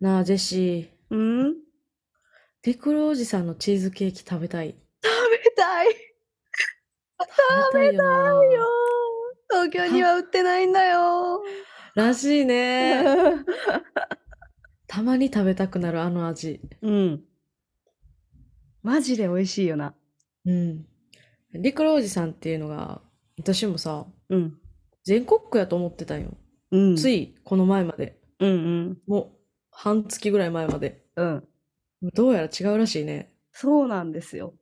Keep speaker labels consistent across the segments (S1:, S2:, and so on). S1: なあ、ジェシー。
S2: うん
S1: テクロおじさんのチーズケーキ食べたい。
S2: 食べたい
S1: 食べたいよな
S2: よ東京には売ってないんだよ、
S1: らしいね。たまに食べたくなるあの味。
S2: うんマジで美味しいよな
S1: うん。リクロおじさんっていうのが、私もさ、
S2: うん
S1: 全国区やと思ってたんよ。
S2: うん
S1: ついこの前まで。
S2: うんうん
S1: もう、半月ぐらい前まで。
S2: うん
S1: どうやら違うらしいね。
S2: そうなんですよ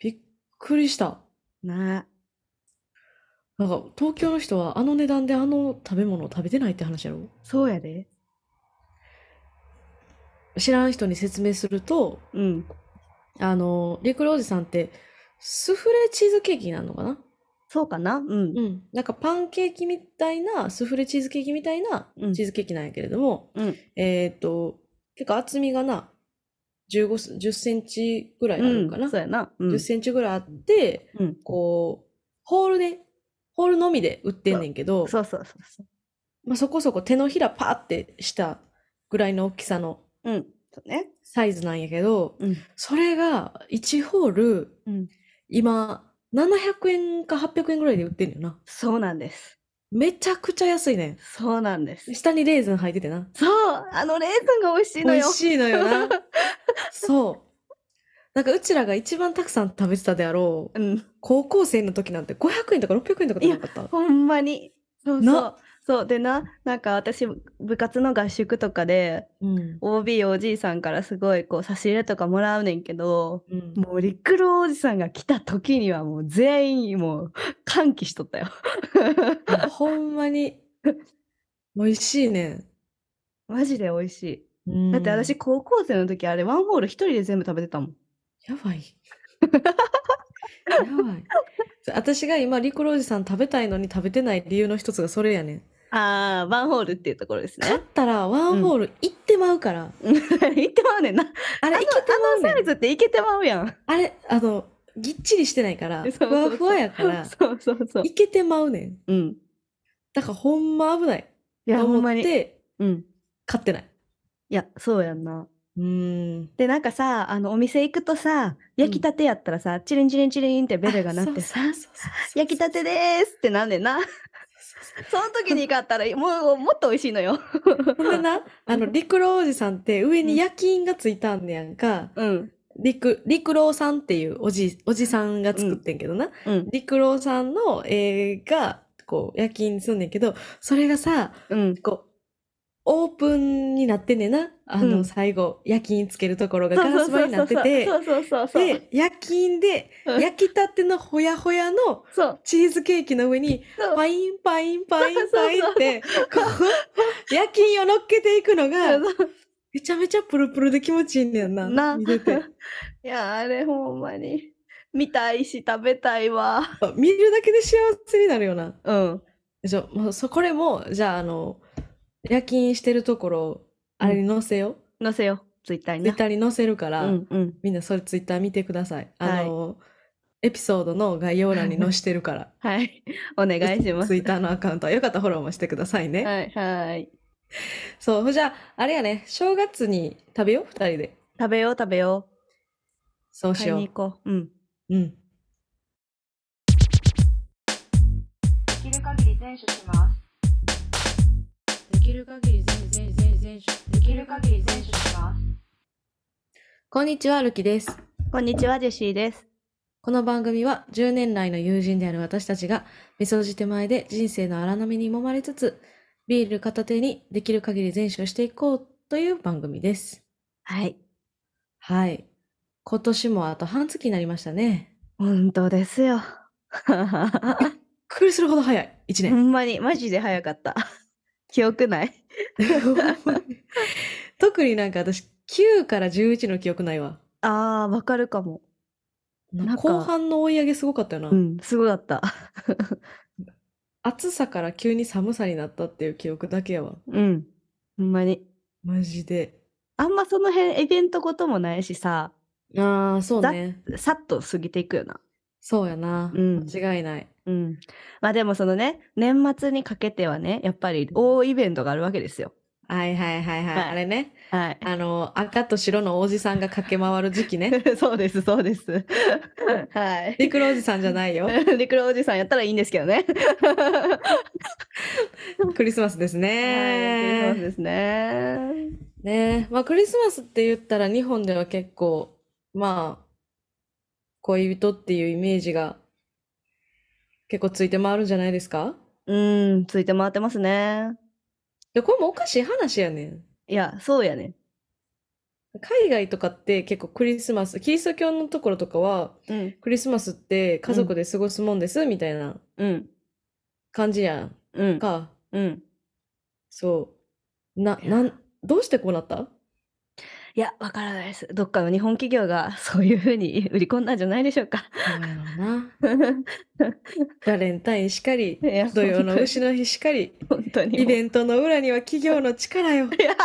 S1: びっくりした。
S2: ね
S1: なんか、東京の人はあの値段であの食べ物を食べてないって話やろ
S2: そうやで
S1: 知らん人に説明すると、
S2: うん
S1: あの、リクロおじさんって、スフレチーズケーキなのかな
S2: そうかなうん
S1: うん。なんかパンケーキみたいな、スフレチーズケーキみたいな
S2: うん
S1: チーズケーキなんやけれども、
S2: うん
S1: えーっと、結構厚みがな、15す、10センチぐらいあるんかな、
S2: うん、そうやな、うん
S1: 10センチぐらいあって、
S2: うん
S1: こう、ホールで、ホールのみで売ってんねんけど、
S2: そうそうそうそう
S1: まあ、そこそこ手のひらパーってしたぐらいの大きさの
S2: うんそうね
S1: サイズなんやけど、
S2: うん
S1: それが1ホール、
S2: うん
S1: 今、700円か800円ぐらいで売ってんのよな。
S2: そうなんです
S1: めちゃくちゃ安いね
S2: そうなんです
S1: ん。下にレーズン入っててな。
S2: そうあのレーズンが美味しいの
S1: 美
S2: よ
S1: 味しいのよな。そう。なんかうちらが一番たくさん食べてたであろう、
S2: うん
S1: 高校生の時なんて500円とか600円とかじゃなかった。
S2: ほんまに。そうそう
S1: な。
S2: そうでな、なんか私、部活の合宿とかで、
S1: うん。
S2: OB おじいさんからすごいこう差し入れとかもらうねんけど、
S1: うん、
S2: もう陸郎おじさんが来た時にはもう全員もう歓喜しとったよ。
S1: ほんまに美味しいね
S2: マジで美味しい。
S1: ん。うん
S2: だって私、高校生の時あれワンホール一人で全部食べてたもん。
S1: やばい。やばい。そう私が今、リクロおじさん食べたいのに食べてない理由の一つがそれやねん。
S2: ああ、ワンホールっていうところです
S1: 買っ
S2: ね。
S1: たらワンホール行ってまうから。
S2: 行ってまうねんな。
S1: あれ、行けてまうねん
S2: サイズって行けてまうやん。
S1: あれ、あの、ぎっちりしてないから、
S2: そう
S1: ふ
S2: そうそ
S1: わ
S2: う
S1: ふわやから、
S2: そうそうそう。
S1: 行けてまうねん。
S2: うん。い
S1: だからほんま危ない。
S2: や、
S1: と
S2: ほん
S1: 思
S2: ま
S1: っ
S2: に。
S1: て、
S2: うん。
S1: 買ってない。
S2: いや、そうやんな。
S1: うーん。
S2: でなんかさあのお店行くとさ焼きたてやったらさ、チリンチリンチリンってベルが鳴ってさ
S1: あそうそうそうそう
S2: 焼きたてでーすってなんねんなその時に買ったらもうもっと美味しいのよ
S1: ほんでな、あの、陸郎おじさんって上に焼き印がついたんねやんか、
S2: うん
S1: 陸、陸郎さんっていうおじ、おじさんが作ってんけどな、
S2: うん
S1: 陸郎さんの絵が、こう、夜勤にすんねんけど、それがさ、
S2: うん
S1: こう、オープンになってんねんな。あの、
S2: うん
S1: 最後、夜勤つけるところが
S2: そ
S1: ガ
S2: う
S1: ラス張りになってて、
S2: そうそうそうそうそう
S1: で、夜勤で、
S2: うん
S1: 焼きたてのほやほやの
S2: そう
S1: チーズケーキの上に、
S2: そう
S1: パインパインパインパイン
S2: そうそうそう
S1: って、こう、夜勤を乗っけていくのが、
S2: そうそう
S1: めちゃめちゃプルプルで気持ちいいんだよな。
S2: な
S1: 見てて。
S2: いやあれほんまに見たいし食べたいわ
S1: あ見るだけで幸せになるよな。
S2: うん
S1: じゃもうそこれも、じゃあ、あの、夜勤してるところ、あれに載せよ。
S2: 載せようツイッターに
S1: ツイ
S2: な
S1: ッターに載せるから、
S2: うんうん
S1: みんなそれツイッター見てください。
S2: は
S1: あ
S2: い
S1: の、エピソードの概要欄に載してるから。
S2: はいお願いします
S1: ツイッターのアカウントはよかったらフォローもしてくださいね。
S2: はいはい
S1: そう、ほじゃあ、あれやね、正月に食べよう、二人で。
S2: 食べよう食べよ
S1: そう
S2: う
S1: し
S2: 買い
S1: よう
S2: に。行こううん
S1: うん。
S3: できる限り全処します。できる限り全全全全処できる限り全処します。
S1: こんにちは、るきです。
S2: こんにちはジェシーです
S1: この番組は10年来の友人である私たちが、みそじ手前で人生の荒波に揉まれつつ、ビール片手にできる限り全勝していこうという番組です。
S2: はい。
S1: はい。今年もあと半月になりましたね。
S2: 本当ですよ。
S1: びっくりするほど早い。1
S2: ほ
S1: 年。
S2: んまに、マジで早かった。 記憶ない。
S1: 特になんか私、9から11の記憶ないわ。
S2: ああ、わかるかも。なんか
S1: 後半の追い上げすごかったよな。
S2: うん、すごかった。
S1: 暑さから急に寒さになったっていう記憶だけやわ。
S2: うん。ほんまに。
S1: マジで。
S2: あんまその辺、イベントこともないしさ、
S1: ああ、そうね。
S2: さっと過ぎていくよな。
S1: そうやな。
S2: うん
S1: 間違いない。
S2: うん。まあでもそのね、年末にかけてはね、やっぱり大イベントがあるわけですよ。
S1: はいはいはいはい。
S2: はい
S1: あれね。
S2: は
S1: あの、赤と白の王子さんが駆け回る時期 ね。
S2: い。 そうです、そうです。はい。
S1: リクロおじさんじゃないよ。
S2: リクロおじさんやったらいいんですけどね。
S1: クリスマスです
S2: はいそう
S1: ね。
S2: ですね。
S1: ねまあクリスマスって言ったら日本では結構、まあ、恋人っていうイメージが結構ついて回るんじゃないですか
S2: うん、ついて回ってますね。
S1: で、これもおかしい話やねん。
S2: いや、そうやね。
S1: 海外とかって結構クリスマス、キリスト教のところとかは、
S2: うん、
S1: クリスマスって家族で過ごすもんです、みたいな
S2: うん、
S1: 感じや
S2: うん
S1: ん、か。
S2: うん。
S1: そう。な、なん、どうしてこうなった
S2: いや、わからないです。どっかの日本企業が そういうふうに売り込んだんじゃないでしょうか。
S1: そうやろな。バレンタインしかり
S2: い、や
S1: 土曜の牛の日しかり、
S2: 本当に。
S1: イベ
S2: ン
S1: ントの裏には企業の力よ。
S2: ト。いや、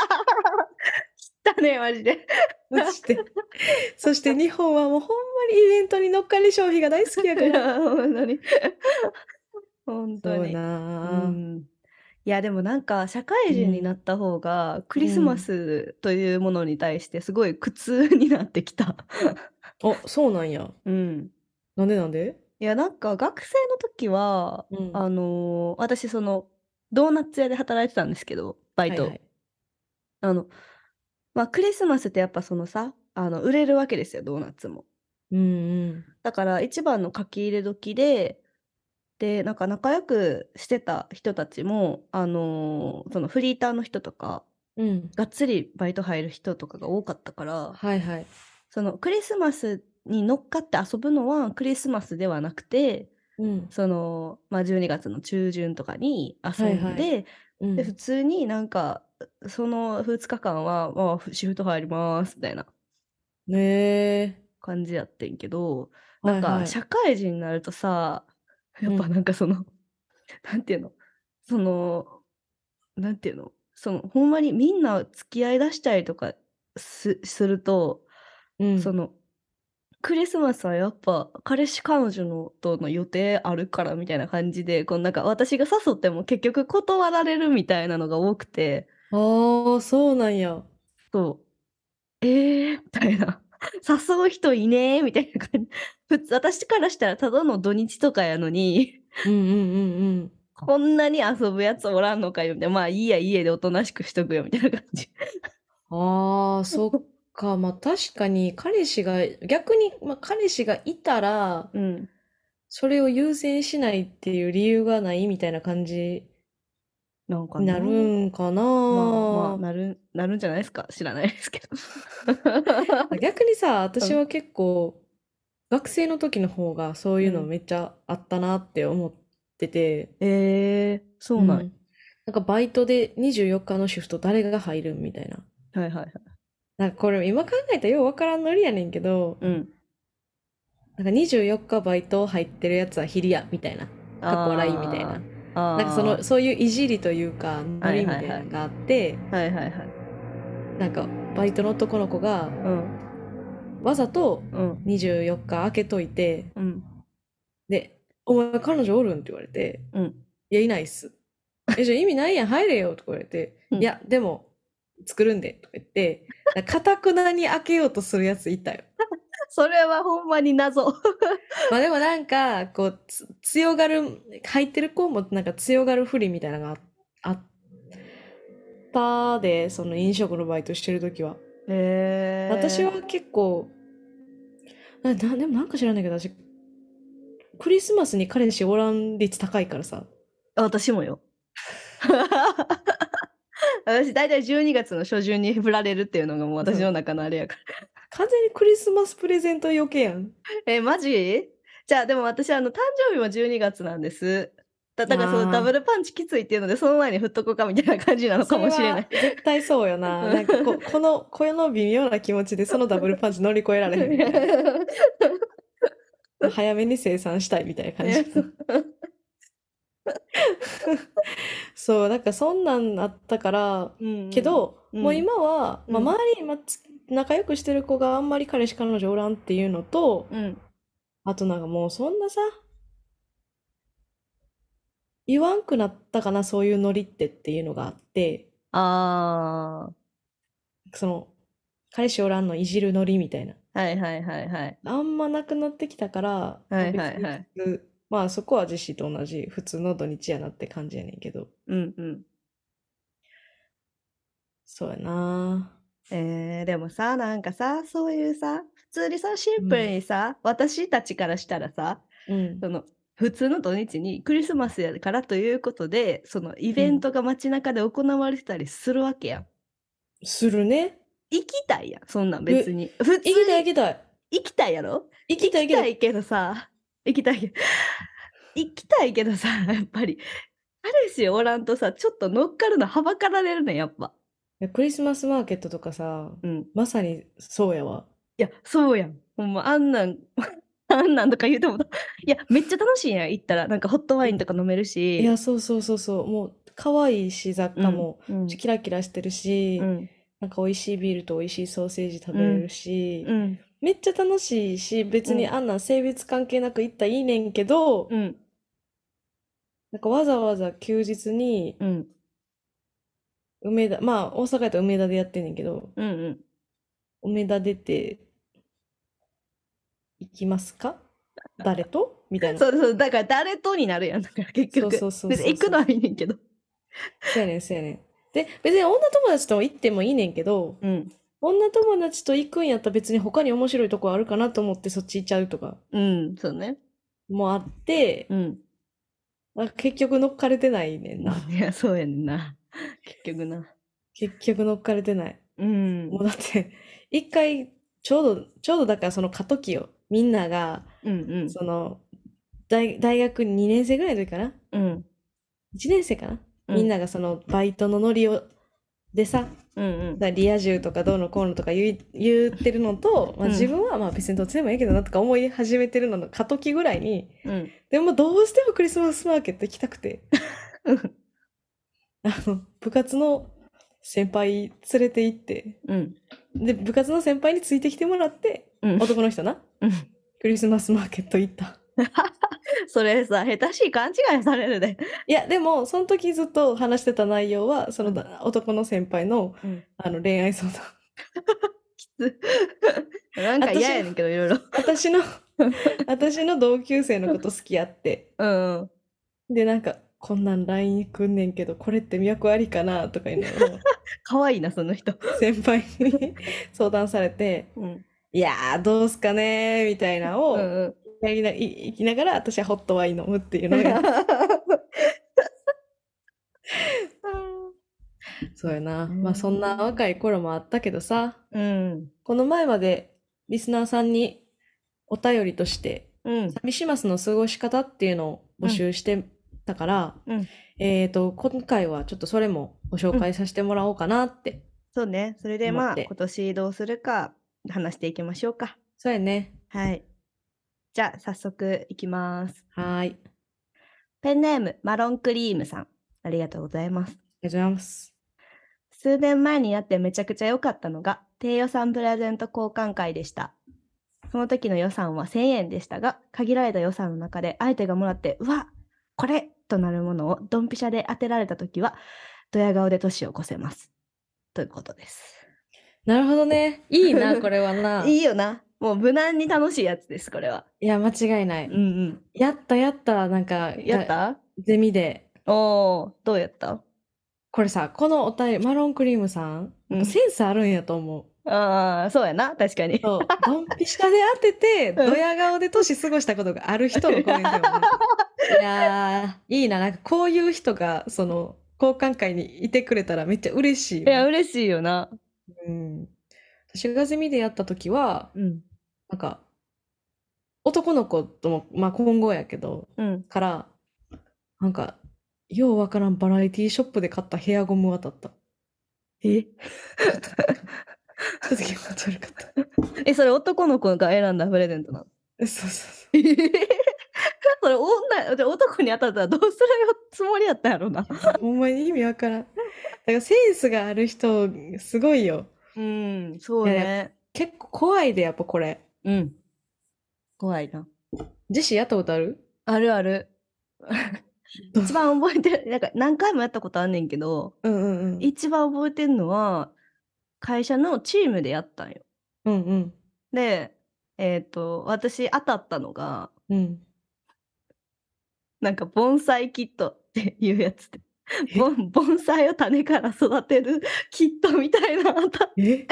S2: だね、マジで。
S1: そして、そして日本はもうほんまにイベントに乗っかり消費が大好きやか
S2: い
S1: ら。
S2: や、本当に。本
S1: そ
S2: 当
S1: う
S2: に。う
S1: な。
S2: んいやでもなんか社会人になった方がクリスマスというものに対してすごい苦痛になってきた。
S1: あ、そうなんや。
S2: うん、
S1: なんでなんで
S2: いやなんか学生の時は
S1: うん。
S2: あのー私そのドーナツ屋で働いてたんですけどバ
S1: は
S2: イ
S1: い
S2: ト。
S1: はい。
S2: あのまあ、クリスマスってやっぱそのさあの売れるわけですよドーナツも。
S1: うん
S2: だから一番の書き入れ時で、で、なんか仲良くしてた人たちも、あのーそのフリーターの人とか、
S1: うん。うん。
S2: がっつりバイト入る人とかが多かったから、
S1: はいはい。
S2: そのクリスマスに乗っかって遊ぶのはクリスマスではなくて、
S1: うん。
S2: その、まあ、12月の中旬とかに遊んで、
S1: はいうん
S2: で、普通になんか、その2日間は、まあ、シフト入ります、みたいな
S1: ねえ。
S2: 感じやってんけど、
S1: な
S2: なんか社会人になるとさ、やっぱ
S1: うん
S2: なんかその、なんていうの、その、なんていうの、その、ほんまにみんな付き合いだしたりとかすすると、
S1: うん
S2: その、クリスマスはやっぱ彼氏彼女のとの予定あるからみたいな感じで、このなんか私が誘っても結局断られるみたいなのが多くて、
S1: ああ、そうなんや。
S2: そう。えー、みたいな。 誘う人いねーみたいな感じ。 普通、私からしたらただの土日とかやのに、
S1: うんうんうんうん。
S2: こんなに遊ぶやつおらんのかよ、みたいな。まあ、いいや、いいやでおとなしくしとくよ、みたいな感じ。
S1: ああ、そっか。まあ確かに彼氏が、逆に、まあ、彼氏がいたら、
S2: うん。
S1: それを優先しないっていう理由がないみたいな感じ
S2: なんか
S1: になる
S2: ん
S1: んかな。
S2: まあ、まあ、なる、なるんじゃないですか。知らないで すけど。
S1: 逆にさ、私は結構、学生の時の方がそういうの
S2: うん
S1: めっちゃあったなって思ってて、
S2: えー、そうなん
S1: うんなんかバイトで24日のシフト誰が入るみたいな。
S2: はいはいはい。
S1: なんかこれ今考えたらようわからんノリやねんけど、
S2: うん。
S1: なんか24日バイト入ってるやつはヒリやみたいな、かっこ笑いみたいな。
S2: あー。
S1: なんかそ
S2: あ
S1: の、そういういじりというか、ノリみたいなのがあって、
S2: ーはいはいはい。
S1: なんかバイトの男の子が
S2: うん。
S1: わざと
S2: うん。
S1: 24日開けといて、
S2: うん。
S1: で、お前彼女おるんって言われて、
S2: うん。
S1: いや、いないっす。え、じゃあ意味ないやん、入れよとか言われて、
S2: うん
S1: いや、でも、作るんで、とか言って、なんかたくなに開けようとするやついたよ。
S2: それはほんまに謎。
S1: まあでもなんか、こう、つ強がる、入ってる子もなんか強がる不利みたいなのがああったで、その飲食のバイトしてる時は。
S2: えー、
S1: 私は結構、な、なでもなんか知らないけど、私、クリスマスに彼氏おらん率高いからさ。
S2: 私もよ。 私大体12月の初旬に振られるっていうのがもう私の中のあれやから。
S1: 完全にクリスマスプレゼント余計やん。
S2: え、マジじゃあでも私あの誕生日も12月なんです。だだからそ
S1: あー
S2: のダブルパンチきついっていうのでその前に振っとこうかみたいな感じなのかもしれない。
S1: そは絶対そうよな。なんかこ、この、この微妙な気持ちでそのダブルパンチ乗り越えられへんみたいな。早めに生産したいみたいな感じ。 そう、なんかそんなんあったから、
S2: うん
S1: け、ど、
S2: うん
S1: もう今は、まあ、
S2: うん
S1: 周りに、まあつ仲良くしてる子があんまり彼氏彼女おらんっていうのと、
S2: うん、
S1: あとなんかもうそんなさ、言わんくなったかな、そういうノリってっていうのがあって、
S2: あ
S1: その、彼氏おらんのいじるノリみたいな。
S2: あ、はいはいはいはい。
S1: あんまなくなってきたから、まあ
S2: はいはいはい
S1: 別に普通まあそこはジェシーと同じ普通の土日やなって感じやねんけど。
S2: うんうん。
S1: そうやな
S2: えー、でもさ、なんかさ、そういうさ、普通にさ、シンプルにさ、私たちからしたらさ、
S1: うん。
S2: その、普通の土日にクリスマスやからということで、そのイベントが街中で行われてたりするわけやん。
S1: するね。
S2: 行きたいやん、そんなん別に。普通
S1: 行きたい
S2: に
S1: 行きたい。
S2: 行きたいやろ
S1: 行きたい
S2: 行
S1: 行き
S2: き
S1: た
S2: た
S1: い。
S2: いけどさ、行きたいけど、行きたいけどさ、やっぱり、彼氏おらんとさ、ちょっと乗っかるのはばかられるねん、やっぱ。
S1: クリスマスマーケットとかさ、
S2: うん。
S1: まさにそうやわ。
S2: いや、そうやん。ほんま、あんなん、 あんなんとか言うても、いや、めっちゃ楽しいやん、行ったら。なんかホットワインとか飲めるし。
S1: いや、そうそうそうそう。もう、可愛いし、雑貨も、
S2: うん、うん、
S1: キラキラしてるし
S2: う、ん、
S1: なんか美味しいビールと美味しいソーセージ食べれるし、
S2: うん、
S1: めっちゃ楽しいし、別に
S2: うん
S1: あんな性別関係なく行ったらいいねんけど、
S2: うん、
S1: なんかわざわざ休日に
S2: うん、
S1: 梅田、まあ大阪やったら梅田でやってんねんけど、
S2: うん、うん。
S1: 梅田出て行きますか誰とみたいな。
S2: そうそう、だから誰とになるやん、だから結局。
S1: そうそうそうそうそう
S2: 別に行くのはいいねんけど。
S1: そうやねん、そうやねん。で、別に女友達とも行ってもいいねんけど、
S2: うん、
S1: 女友達と行くんやったら別に他に面白いとこあるかなと思ってそっち行っちゃうとか
S2: うん、そうね。
S1: もあって、
S2: うん。
S1: なんか結局乗っかれてないねんな。
S2: いや、そうやねんな。結局な。
S1: 結局乗っかれてない。
S2: うん、
S1: もうだって、一回、ちょうど、ちょうどだからその過渡期を、みんなが、
S2: うん、うん、
S1: その、大、大学2年生ぐらいの時かな
S2: うん、
S1: ?1 年生かな
S2: うん
S1: みんながそのバイトのノリを、でさ、
S2: うん、うん
S1: だか。らリア充とかどうのこうのとか言い言ってるのと、まあ、
S2: うん
S1: 自分はまあ別にどっちでもいいけどなとか思い始めてるのの過渡期ぐらいに、
S2: うん、
S1: でもどうしてもクリスマスマーケット行きたくて、あの、部活の先輩連れて行って、
S2: うん、
S1: で、部活の先輩についてきてもらって、
S2: うん。
S1: 男の人な、
S2: うん
S1: クリスマスマーケット行った。
S2: それさ、下手しい勘違いされるで。
S1: いや、でも、その時ずっと話してた内容は、そのだ男の先輩の、
S2: うん
S1: あの恋愛相談。
S2: なんか嫌やねんけど、いろいろ。
S1: 私の、私の同級生のこと好きやって。
S2: うんうん。
S1: で、なんか、こんなん LINE くんねんけど、これって都ありかなとかいうのを、
S2: 可愛いな、その人。
S1: 先輩に相談されて、
S2: うん。
S1: いやー、どうすかねーみたいなのを、
S2: うんうん。
S1: やりな、い、いきながら、私はホットワイン飲むっていうのをやっ そうやな。まあ、そんな若い頃もあったけどさ、
S2: うん。
S1: この前までリスナーさんにお便りとして、
S2: うん。
S1: 寂しますの過ごし方っていうのを募集してたから、
S2: うんうん
S1: えっと、今回はちょっとそれもご紹介させてもらおうかなって。
S2: そうね。それで
S1: 思
S2: ま
S1: っ
S2: あ、
S1: て
S2: 今年どうするか話していきましょうか。
S1: そうやね。
S2: はい。じゃあ、早速いきます。
S1: はーい。ありがとう
S2: ペンネーム、マロンクリームさん。ありがとうございます。
S1: ございます。
S2: 数年前になってめちゃくちゃ良かったのが、低予算プレゼント交換会でした。その時の予算は1000円でしたが、限られた予算の中で相手がもらって、うわこれとなるものをドンピシャで当てられた時は、ドヤ顔で年を越せます。ということです。
S1: なるほどね。いい な、これはな。
S2: い
S1: い
S2: いよな。もう無難に楽しいやつです、これは。
S1: や、間違いな
S2: う
S1: い。
S2: ん
S1: やったやった、なんか、
S2: やった
S1: ゼミで。
S2: おー、どうやった
S1: これさ、このお便り、マロンクリームさん、
S2: うん
S1: センスあるんやと思う。
S2: ああ、そうやな、確かに。
S1: そう、ドンピシャで当てて、ドヤ顔で年過ごしたことがある人のコメントよ ね。いやー、いいな、なんかこういう人が、その、交換会にいてくれたらめっちゃ嬉しいよ
S2: い
S1: ね。
S2: や、嬉しいよな。
S1: うん。私がゼミでやった時は、
S2: うん。
S1: なんか、男の子とも、まあ今後やけど、
S2: うん。
S1: から、なんか、ようわからんバラエティショップで買ったヘアゴム渡った。
S2: え
S1: ちょっと気持ち悪かった。
S2: え、それ男の子が選んだプレゼントなの
S1: そうそうそう。
S2: え それ女、じゃあ男に当たったらどうするつもりやったんやろな。
S1: ほんまに意味わからん。だからセンスがある人、すごいよ。
S2: うん、そう
S1: いや
S2: ね。
S1: 結構怖いで、やっぱこれ。
S2: うん。怖いな。
S1: ジェシーやったことある
S2: あるある。一番覚えてる、なんか何回もやったことあんねんけど、
S1: うんうんうん。
S2: 一番覚えてんのは、会社のチームでやったんよ。
S1: うんうん。
S2: で、えっ、と、私当たったのが、
S1: うん。
S2: なんか盆栽キットっていうやつで。盆盆栽を種から育てるキットみたいな当たっ
S1: え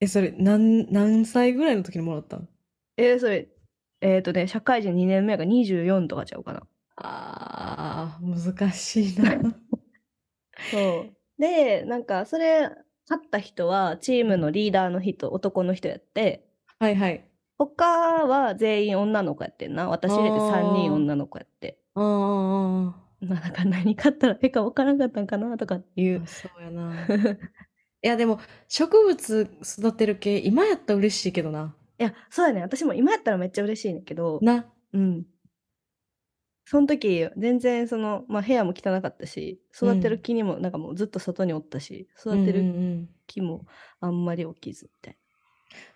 S1: え、それ、何、何歳ぐらいの時にもらったん
S2: えーそれ、えっ、とね、社会人2年目が24とかちゃうかな。
S1: ああ、難しいな。
S2: そう。で、なんか、それ、勝った人は、チームのリーダーの人、男の人やって、
S1: はいはい。
S2: 他は全員女の子やってんな。私入れて3人
S1: あー
S2: 女の子やって。
S1: あーあ
S2: まあ、なんか何勝ったらええか分からんかったんかなとかってい
S1: ー、あー
S2: う。
S1: そうやな。 いや、でも、植物育てる系、今やったら嬉しいけどな。
S2: いや、そうやね。私も今やったらめっちゃ嬉しいねんだけど、
S1: な。
S2: うん。その時、全然その、まあ部屋も汚かったし、育て
S1: う
S2: る
S1: ん
S2: 気にも、なんかもうずっと外におったし、育
S1: う
S2: て
S1: んう
S2: る
S1: んうん
S2: 気もあんまり起きずみたい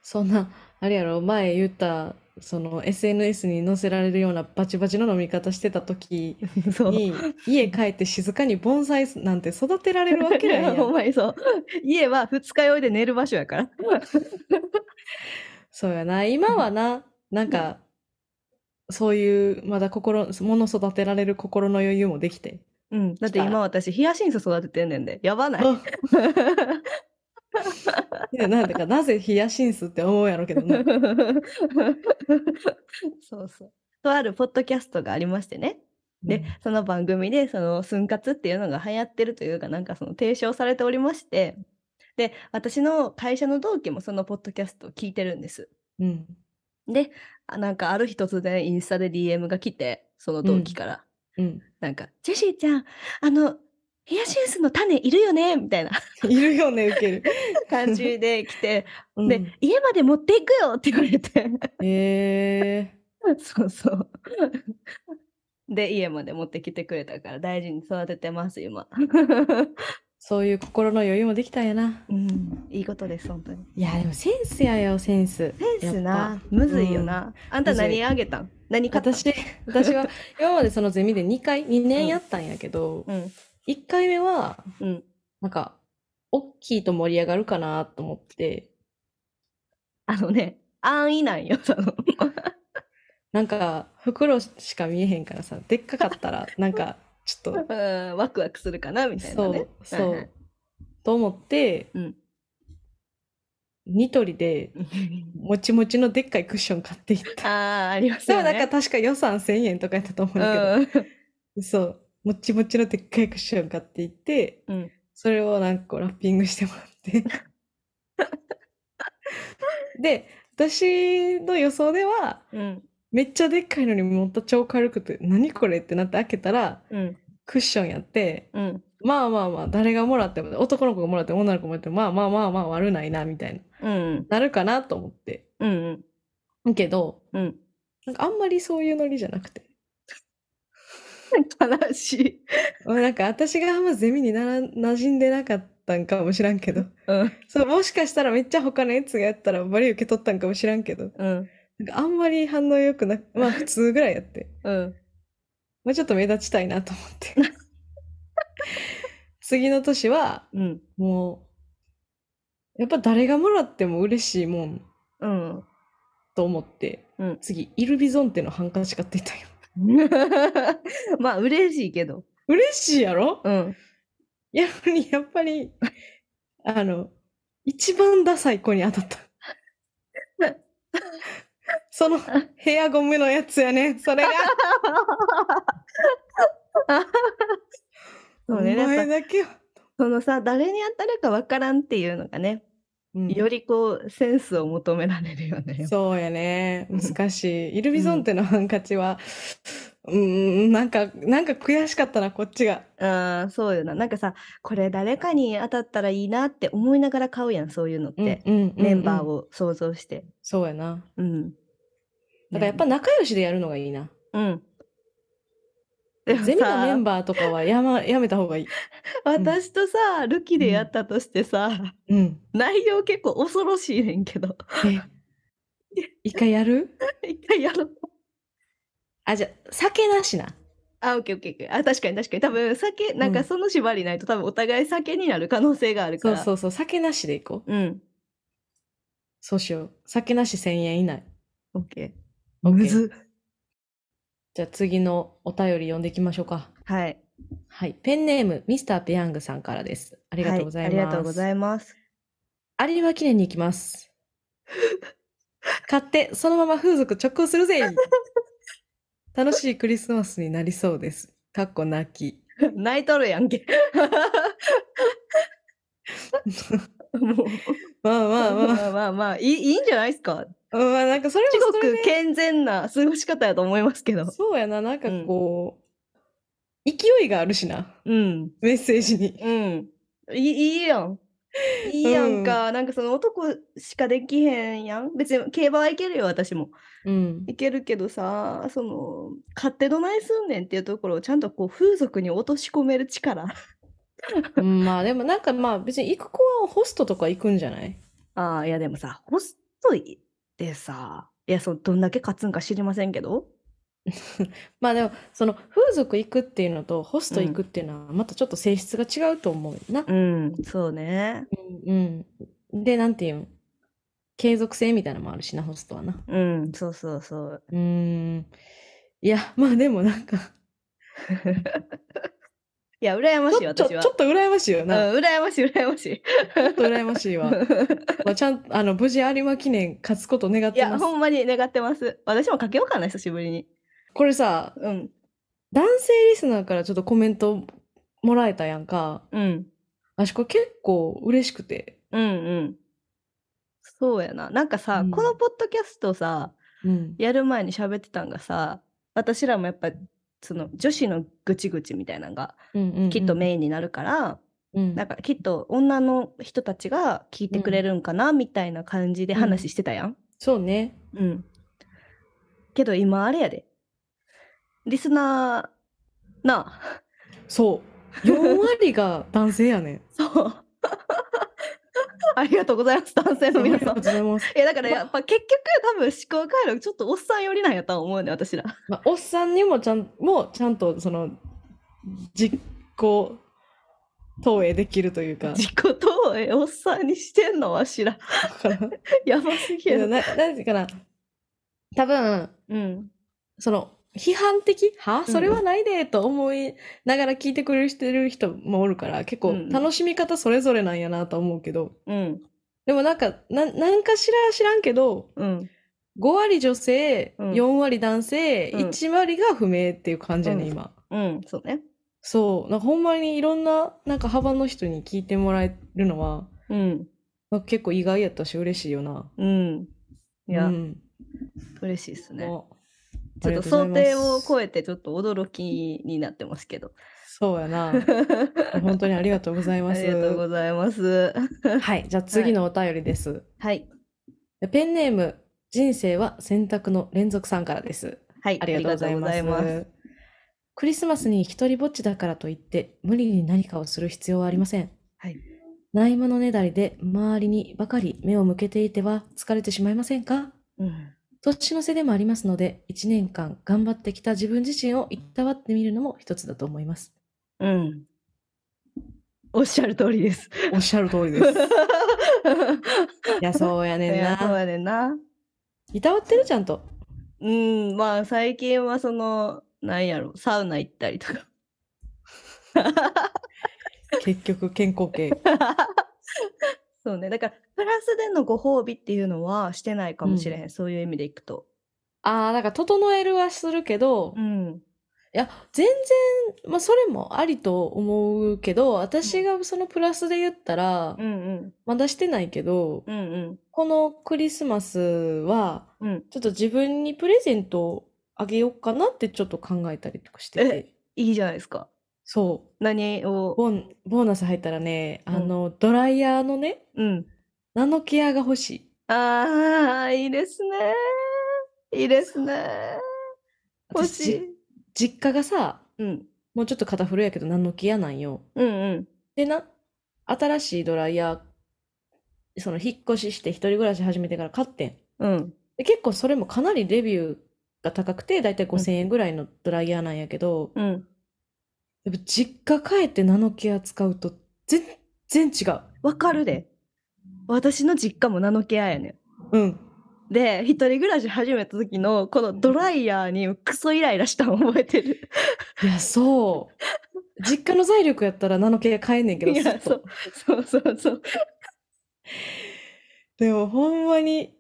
S1: そんな、あれやろ、前言った、その SNS に載せられるようなバチバチの飲み方してた時
S2: な。 そう。
S1: に、家帰って静かに盆栽なんて育てられるわ けないやん
S2: ほんまにそう。家は二日酔いで寝る場所 やから。
S1: そうやな、今はな、なんか、そういう、まだ心、物育てられる心の余裕もでき て。
S2: うん。だって
S1: した
S2: 今私、ヒヤシンス育ててんねんで。やばない。
S1: あいやなんだか、なぜヒヤシンスって思うやろうけどな。
S2: そうそう。とあるポッドキャストがありまして ね。
S1: う
S2: で
S1: ん、
S2: その番組で、その、寸活っていうのが流行ってるというか、なんかその提唱されておりまして、で、私の会社の同期もそのポッドキャストを聞いてるんです。
S1: うん。
S2: で、あなんかある日突然インスタで DM が来て、その同期から、
S1: うん。
S2: なんか、ジェシーちゃん、あの、ヘアシンスの種いるよねみ たいない
S1: るよね、ウケる。
S2: 感じで来て、
S1: うん
S2: で、家まで持っていくよって言われて。
S1: え
S2: そうそう。で、家まで持ってきてくれたから大事に育ててます、今。
S1: ー、そういう心の余裕もできたんやな。
S2: うん、いいことです、本当に。
S1: いや、でもセンスやよ、センス。
S2: センス
S1: やっ
S2: な
S1: ぱ、
S2: むずいよな。あんた
S1: むずい
S2: 何あげたん何買ったん
S1: 私、私は、今までそのゼミで2回、2年やったんやけど、
S2: うん、
S1: 1回目は、
S2: うん。
S1: なんか、大きいと盛り上がるかなと思って、
S2: あのね、安易なんよ、その。
S1: なんか、袋しか見えへんからさ、でっかかった ら、なんか、ちょっ
S2: うんワクワクするかな、み
S1: と、
S2: たいな
S1: そ
S2: ね
S1: う。、そ、
S2: はいう
S1: と思って
S2: うん、
S1: ニトリで、
S2: はい。
S1: もちもちのでっかいクッション買っていった。
S2: ああ、あります
S1: でも
S2: よね。
S1: なんか確か予算1000円とかやったと思うんだけど、そう、もちもちのでっかいクッション買っていって、
S2: うん
S1: それをなんかこうラッピングしてもらっ て。で、私の予想では、
S2: うん、うん、
S1: めっちゃでっかいのにもっと超軽くて、何これってなって開けたら、
S2: うん、
S1: クッションやって、
S2: うん、
S1: まあまあまあ、誰がもらっても、男の子がもらっても女の子もらっても、まあまあまあまあ悪ないな、みたいな、
S2: うん、
S1: なるかなと思って。
S2: うん、
S1: けど、
S2: うん。
S1: なんかあんまりそういうノリじゃなくて。
S2: 悲しい。
S1: うんなんか私があんまゼミになら馴染んでなかったんかもしらんけど。
S2: うん、
S1: そう、もしかしたらめっちゃ他のやつがやったらバリ受け取ったんかもしらんけど。
S2: うん、
S1: なんかあんまり反応良くなく、まあ普通ぐらいやっ て。
S2: うん。
S1: もうちょっと目立ちたいなと思って。 次の年は、
S2: うん、
S1: もう、やっぱ誰がもらっても嬉しいもん
S2: うん。
S1: と思って、
S2: うん
S1: 次、イルビゾンテのハンカチ買っていたよ。
S2: まあ嬉しいけど。
S1: 嬉しいやろ
S2: うん。
S1: やのに、やっぱり、あの、一番ダサい子に当たった。そのヘアゴムのやつやねんそれが。
S2: そうね。
S1: お
S2: や
S1: 前
S2: っぱ
S1: だけは。
S2: そのさ、誰に当たるかわからんっていうのがね、
S1: うん
S2: よりこう、センスを求められるよね。
S1: そうやね。
S2: うん
S1: 難しい。イルビゾンテのハンカチは、うーん、なんか、なんか悔しかったな、こっちが。
S2: あーそうよな。なんかさ、これ誰かに当たったらいいなって思いながら買うやん、そういうのっ
S1: うん
S2: て。
S1: うんうん
S2: メンバー
S1: うん。
S2: を想像して。
S1: そうやな。
S2: う
S1: だ
S2: ん。
S1: からやっぱ仲良しでやるのがいいな。
S2: うん。でも
S1: ゼミのメ
S2: さ
S1: ンバーとかはや,、ま、やめた方がいい。
S2: 私とさ、ルキで
S1: うん
S2: やったとしてさ、
S1: うん。
S2: 内容結構恐ろ しいねんけど。
S1: え、一回やる
S2: 一回やろう。
S1: あ、じゃあ、酒なしな。
S2: あ、オッケーオッケーオッケー。あ、確かに確かに。多分酒、なん
S1: う
S2: か
S1: ん
S2: その縛りないと多分お互い酒になる可能性があるか
S1: そう
S2: ら。
S1: そうそう、酒なしで行こう。
S2: う。うん。
S1: そうしよう。酒なし1000円以内。
S2: オッケー。
S1: オッケー
S2: むずっ。
S1: じゃあ次のお便り読んでいきましょうか。
S2: はい。
S1: はい。ペンネーム、ミスターペヤングさんからです。あ
S2: あ
S1: りがとうございます。
S2: ありがとうございます。
S1: 有馬記念に行きます。買って、そのまま風俗直行するぜ 楽しいクリスマスになりそうです。かっこ泣き。
S2: 泣いとるやん け。もう。
S1: まあまあまあ。
S2: まあまあまあ、いいいいんじゃないですか。
S1: まあなんかそれも
S2: す
S1: そ
S2: ご
S1: れ
S2: く
S1: で
S2: 健全な過ごし方やと思いますけど。
S1: そうやな、なんか
S2: うん
S1: こう、勢いがあるしな、
S2: うん。
S1: メッセージに。
S2: うん。いいいいやん。いいやんか、なんかその男しかできへんやん。別に競馬はいけるよ、私も。
S1: うん。
S2: いけるけどさ、その、勝手どないすんねんっていうところをちゃんとこう風俗に落とし込める力。
S1: うんまあでもなんかまあ別に行く子はホストとか行くんじゃない
S2: ああ、いやでもさ、ホストいってさ、いや、そのどんだけ勝つんか知りませんけど。
S1: まあでもその風俗行くっていうのとホスト行くっていうのはまたちょっと性質が違うと思うな。
S2: うん、そうね。
S1: うん。で、なんていうん継続性みたいなのもあるしな、ホストはな。
S2: うん、そうそうそう。
S1: うーん。いや、まあでもなんか、
S2: いや、羨ま
S1: ちょ
S2: しい、
S1: ちょ
S2: 私は。
S1: ちょっと羨ましいよ
S2: うん、
S1: な。
S2: 羨ましい、羨まし い。
S1: ちょっと羨ましいわ。まあ、ちゃんあの無事有馬記念勝つこと願っ
S2: い
S1: て
S2: や、
S1: ます。
S2: ほんまに願ってます。私もかけようかな、久しぶりに。
S1: これさ、
S2: うん、
S1: 男性リスナーからちょっとコメントもらえたやんか。
S2: うん、
S1: 私これ結構嬉しくて。
S2: うん、うん。そうやな。なんかさ、
S1: うん
S2: このポッドキャストさ、
S1: うん。
S2: やる前に喋ってたんがさ、私らもやっぱ、その女子のぐちぐちみたいなのが
S1: うんうんうん
S2: きっとメインになるから、
S1: うん
S2: なんかきっと女の人たちが聞いてくれるんかな、みたいな感じで話してたやん。
S1: そうね。
S2: うん。けど今あれやで。リスナー、なあ、
S1: そう。4割が男性やね ん。
S2: そう。ありがとうございます、男性の皆さ
S1: ありがとう。
S2: ん
S1: ございます。
S2: いやだからやっぱ結局多分思考回路ちょっとおっさん寄りなんやとは思うね私ら。
S1: まあ、おっさんにもちゃんもちゃんとその実行投影できるというか。
S2: 自己投影おっさんにしてんの わしら。やばすぎ
S1: けど
S2: る。
S1: ななんていうかな多分
S2: うん。
S1: その批判的は
S2: うん
S1: それはないでと思いながら聞いてくれるしてる人もおるから結
S2: う
S1: 構
S2: ん
S1: 楽しみ方それぞれなんやなと思うけど、
S2: うん。
S1: でもなんかななんかしら知らんけど
S2: うん。
S1: 5割女性、
S2: うん
S1: 4割男性、
S2: うん
S1: 1割が不明っていう感じやね、
S2: うん
S1: 今。
S2: うん。そうね。
S1: そう、なんかほんまにいろんな、なんか幅の人に聞いてもらえるのは、
S2: うん。
S1: なんか結構意外やったし嬉しいよな。
S2: うん。いや、
S1: うん、
S2: 嬉しいですね。
S1: もう
S2: ちょっと想定を超えてちょっと驚きになってますけど。
S1: そうやな。
S2: あ
S1: 本当にありがとうござい ます。
S2: りがとうございます。
S1: はい、じゃあ次のお便りです。
S2: はい。
S1: ペンネーム、人生は選択の連続さんからです。
S2: はい。
S1: ありがとうございま。
S2: ありがとうございます
S1: クリスマスに一人ぼっちだからといって、無理に何かをする必要はありません。
S2: はい
S1: ないものねだりで周りにばかり目を向けていては疲れてしまいませんか
S2: うん
S1: 年の瀬でもありますので、1年間頑張ってきた自分自身をいたわってみるのも一つだと思い ます。
S2: うん。おっしゃる通りです。
S1: おっしゃる通りいや、そうや
S2: い
S1: ねん
S2: やそう
S1: な。
S2: やねんな。
S1: いたわってるちゃんと。
S2: うん、まあ最近はその、なんやろ、サウナ行ったりとか。
S1: 結局、健康系。
S2: そうね、だからプラスでのご褒美っていうのはしてないかもしれへん、そういう意味でいくと。
S1: ああ、なんか、整えるはするけど、
S2: う
S1: い
S2: ん、
S1: や、全然、まあ、それもありと思うけど、私がそのプラスで言ったら
S2: うん、うん、
S1: まだしてないけど、
S2: うんうん、
S1: このクリスマスは、
S2: うん。
S1: ちょっと自分にプレゼントをあげようかなってちょっと考えたりとかしてて。
S2: いいじゃないですか。
S1: そう。
S2: 何を、
S1: ボン、ボーナス入ったらね、
S2: うん
S1: あの、ドライヤーのね、
S2: うん。
S1: ナノケアが欲しい。
S2: ああ、いいですね。いいですね。欲
S1: 私
S2: しい。
S1: じ実家がさ、
S2: うん、
S1: もうちょっと肩古いやけど、ナノケアなんよ。
S2: うん、うん、
S1: でな、新しいドライヤー、その、引っ越しして一人暮らし始めてから買ってん。
S2: うん、
S1: で結構それもかなりレビューが高くて、だいたい5000円ぐらいのドライヤーなんやけど、
S2: うん。
S1: やっぱ実家帰ってナノケア使うと全然違う。
S2: わかるで。私の実家もナノケアやねん。
S1: うん。
S2: で、一人暮らし始めた時の、このドライヤーにクソイライラしたの覚えてる。
S1: いや、そう。実家の財力やったらナノケア買えんねんけど、
S2: いや、
S1: すっ
S2: そ
S1: と
S2: う、そうそうそう。
S1: でもほんまに、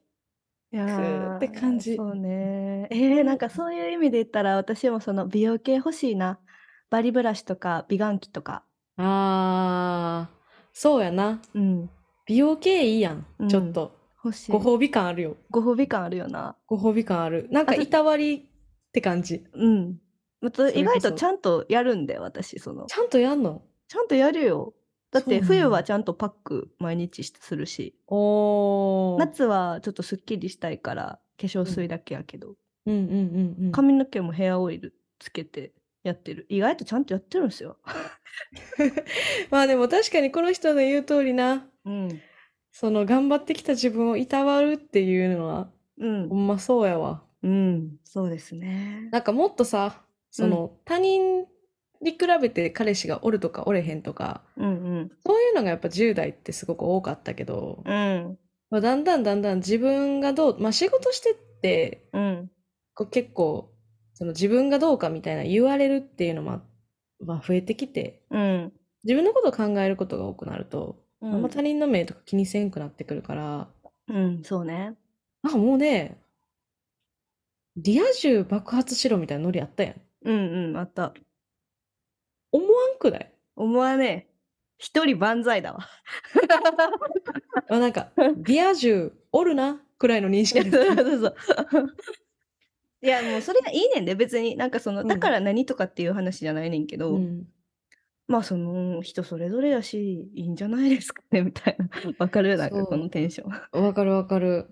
S2: いや
S1: ーって感じ
S2: そうね。えー、なんかそういう意味で言ったら、私もその美容系欲しいな。バリブラシとか美顔器とか。
S1: あー、そうやな。
S2: うん。
S1: 美容系いいやん
S2: う。ん
S1: ちょっと。
S2: 欲しい。
S1: ご褒美感あるよ。
S2: ご褒美感あるよな。
S1: ご褒美感ある。なんか
S2: あと
S1: いたわりって感じ。
S2: うん。また
S1: れこそ
S2: 意外とちゃんとやるんで、私、その。
S1: ちゃんとやんの
S2: ちゃんとやるよ。だっ
S1: そう
S2: て
S1: なんや
S2: 冬はちゃんとパック毎日するし、
S1: おー。
S2: 夏はちょっとすっきりしたいから化粧水だけやけど、
S1: うんうんうんうん。
S2: 髪の毛もヘアオイルつけてやってる。意外とちゃんとやってるんですよ。
S1: まあでも確かにこの人の言う通りな、
S2: うん。
S1: その頑張ってきた自分をいたわるっていうのは、
S2: うん
S1: ほ。んまそうやわ。
S2: うん。そうですね。
S1: なんかもっとさ、その、他人に比べて彼氏がおるとかおれへんとか、
S2: うんうん。
S1: そういうのがやっぱ10代ってすごく多かったけど、
S2: うん。
S1: まあ、だんだんだんだん自分がどう、まあ仕事してって、
S2: うん。
S1: こう結構、その自分がどうかみたいな言われるっていうのも、まあ増えてきて、
S2: うん。
S1: 自分のことを考えることが多くなると、
S2: う
S1: あん
S2: ん
S1: ま他人の目とか気にせんくなってくるから、
S2: うん。そうね。
S1: なんかもうね、リア充爆発しろみたいなノリあったやん。
S2: うんうん。あった。
S1: 思わんく ない
S2: 思わねえ。一人万歳 だわ。
S1: あなんか、リア充おるなくらいの認
S2: いや
S1: 識
S2: そ
S1: だ
S2: う
S1: った。
S2: そう そう。いやもうそれがいいねんで別になんかその、
S1: うん
S2: だから何とかっていう話じゃないねんけど、
S1: うん
S2: まあその人それぞれやしいいんじゃないですかねみたいな わかるなん
S1: そ
S2: か
S1: う
S2: このテンションあ
S1: わかるわかる。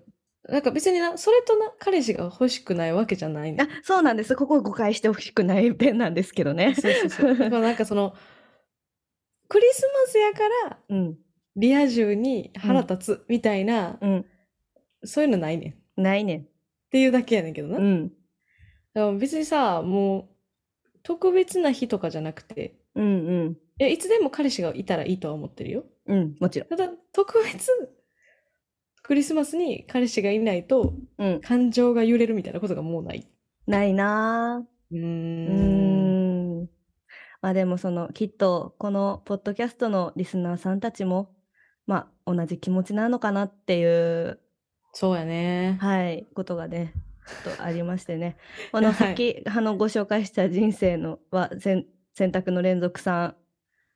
S1: なんか別にな、それとな、彼氏が欲しくないわけじゃないねん。
S2: そうなんですここ誤解してほしくない点なんですけどね
S1: そうそうそう。だからなんかその、クリスマスやから、
S2: うん
S1: リア充に腹立つみたいな、
S2: うん
S1: そういうのないねん。っ
S2: ないね
S1: ていうだけやねんけどな。
S2: んうん
S1: でも別にさ、もう、特別な日とかじゃなくて、
S2: うんうん
S1: いや、いつでも彼氏がいたらいいとは思ってるよ。
S2: うんもちろん
S1: ただ、特別、クリスマスに彼氏がいないと、
S2: うん
S1: 感情が揺れるみたいなことがもうない。
S2: ないな
S1: うー。
S2: ーうんーんまあでもそのきっとこのポッドキャストのリスナーさんたちもまあ同じ気持ちなのかなっていう
S1: そうやね。
S2: はい、ことがね、ちょっとありまし てね。こ
S1: は
S2: の
S1: い
S2: 先、あのご紹介した人生のは選選択の連続さん、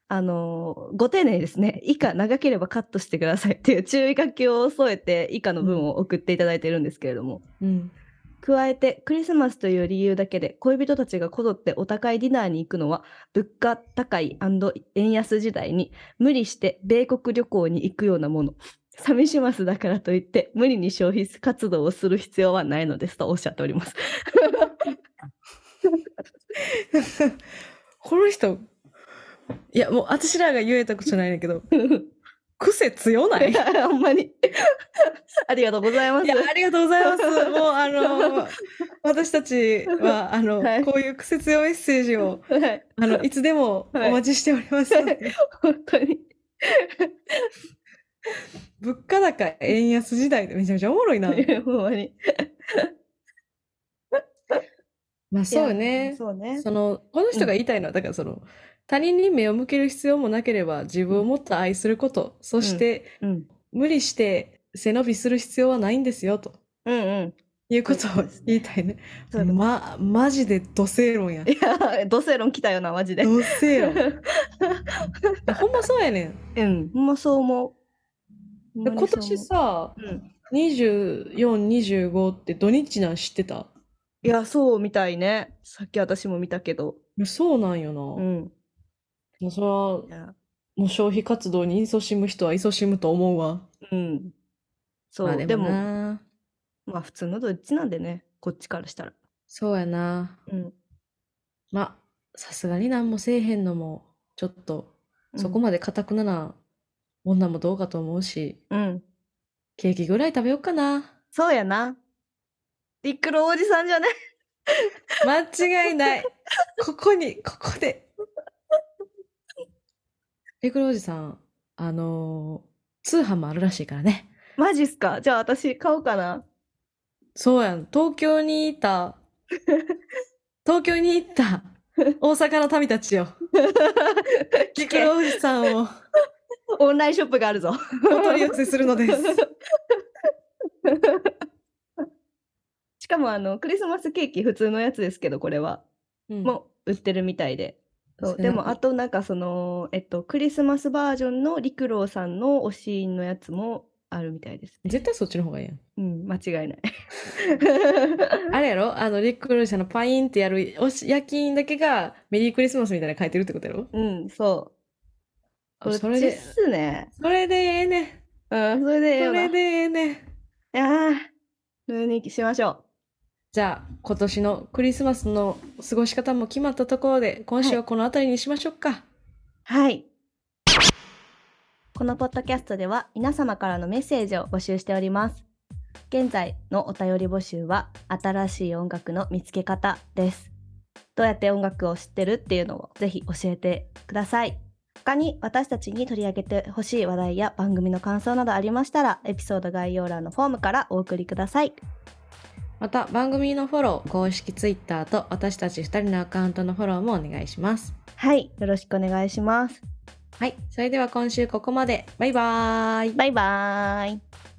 S2: あのーご丁寧にですね。以下長ければカットしてくださいっていう注意書きを添えて以下の文を送っていただいてるんですけれども。
S1: うん。
S2: 加えてクリスマスという理由だけで恋人たちがこぞってお高いディナーに行くのは物価高い円安時代に無理して米国旅行に行くようなもの寂しますだからといって無理に消費活動をする必要はないのですとおっしゃっております
S1: この人、いや、もう私らが言えたことじゃないんだ けど、癖強ない
S2: い やほんまにありがとうございます
S1: いや、ありがとうございます。もう、あ の、私たちは、あの、
S2: はい
S1: こういう癖強いメッセージを、
S2: はい
S1: あの、いつでもお
S2: はい
S1: 待ちしており ます。
S2: 本当に
S1: 物価高、円安時代でめちゃめちゃおもろいな。
S2: ほんまに
S1: まあ、そうよね。
S2: そうね
S1: その、この人が言いたいのは、だからその、他人に目を向ける必要もなければ、自分をもっと愛すること、そして、
S2: うん
S1: 無理して背伸びする必要はないんですよ、と
S2: うんうん
S1: いうことを言いたいね。
S2: そういうこ
S1: ま、マジで土星論や
S2: と。いや土星論来たよなマジで
S1: 土星 論。ほんまそうやねん。
S2: うん、ほんまそう思う。
S1: で今年さ、
S2: ほんまにそう思う、
S1: 24、25って土日なん知ってた
S2: うん、いや、そうみたいね。さっき私も見たけど。
S1: いやそうなんよな。
S2: うん。、
S1: もうそれはい
S2: や
S1: もう消費活動に勤しむ人は勤しむと思うわ。
S2: うん。そう、
S1: まあ
S2: でも
S1: な
S2: まあ普通のどっちなんでね、こっちからしたら。
S1: そうやな。
S2: うん。
S1: まあ、さすがに何もせえへんのも、ちょっと、そこ
S2: ま
S1: まで固くなな女もどうかと思うし、
S2: で。うん。
S1: ケーキぐらい食べようかな。
S2: そうやな。リックルおじさんじゃね。
S1: 間違いない。ここに、ここで。ピクルおじさん、あのー通販もあるらしいからね。
S2: マジっすかじゃあ私買おうかな。
S1: そうやん。東京にいた、東京に行った、大阪の民たちよ。ピ
S2: 聞
S1: ク
S2: け
S1: ルおじさんを
S2: オンラインショップがあるぞ。
S1: お取り寄せするの です。
S2: しかもあのクリスマスケーキ普通のやつですけどこれは、
S1: うん
S2: もう売ってるみたいで。そう
S1: 確か
S2: で
S1: に
S2: もあとなんかそのえっとクリスマスバージョンの陸郎さんのおしんのやつもあるみたいですね。
S1: 絶対そっちの方がいいやん。
S2: うん間違いない。
S1: あれやろあの、リック・ロイさんのパインってやる、おし、夜勤だけがメリークリスマスみたいなの書いてるってことやろ
S2: うんそう。
S1: あ
S2: こっ
S1: それ
S2: ちっ
S1: で、
S2: すね。
S1: それでええね
S2: うんそれでえ
S1: ん。
S2: えよ
S1: そ
S2: な。
S1: れでええねん。
S2: いやーそれにしましょ
S1: じゃあ、今年のクリスマスの過ごし方も決まったところで、今週ははこの辺りにしましょうか。
S2: う。はい。このポッドキャストでは皆様からのメッセージを募集しております。現在のお便り募集は新しい音楽の見つけ方です。どうやって音楽を知ってるっていうのをぜひ教えてください。他に私たちに取り上げてほしい話題や番組の感想などありましたらエピソード概要欄のフォームからお送りください。
S1: また、番組のフォロー、公式 Twitter と私たち2人のアカウントのフォローもお願いします。
S2: はい、よろしくお願いします。
S1: はい、それでは今週ここまで。バイバーイ。
S2: バイバーイ。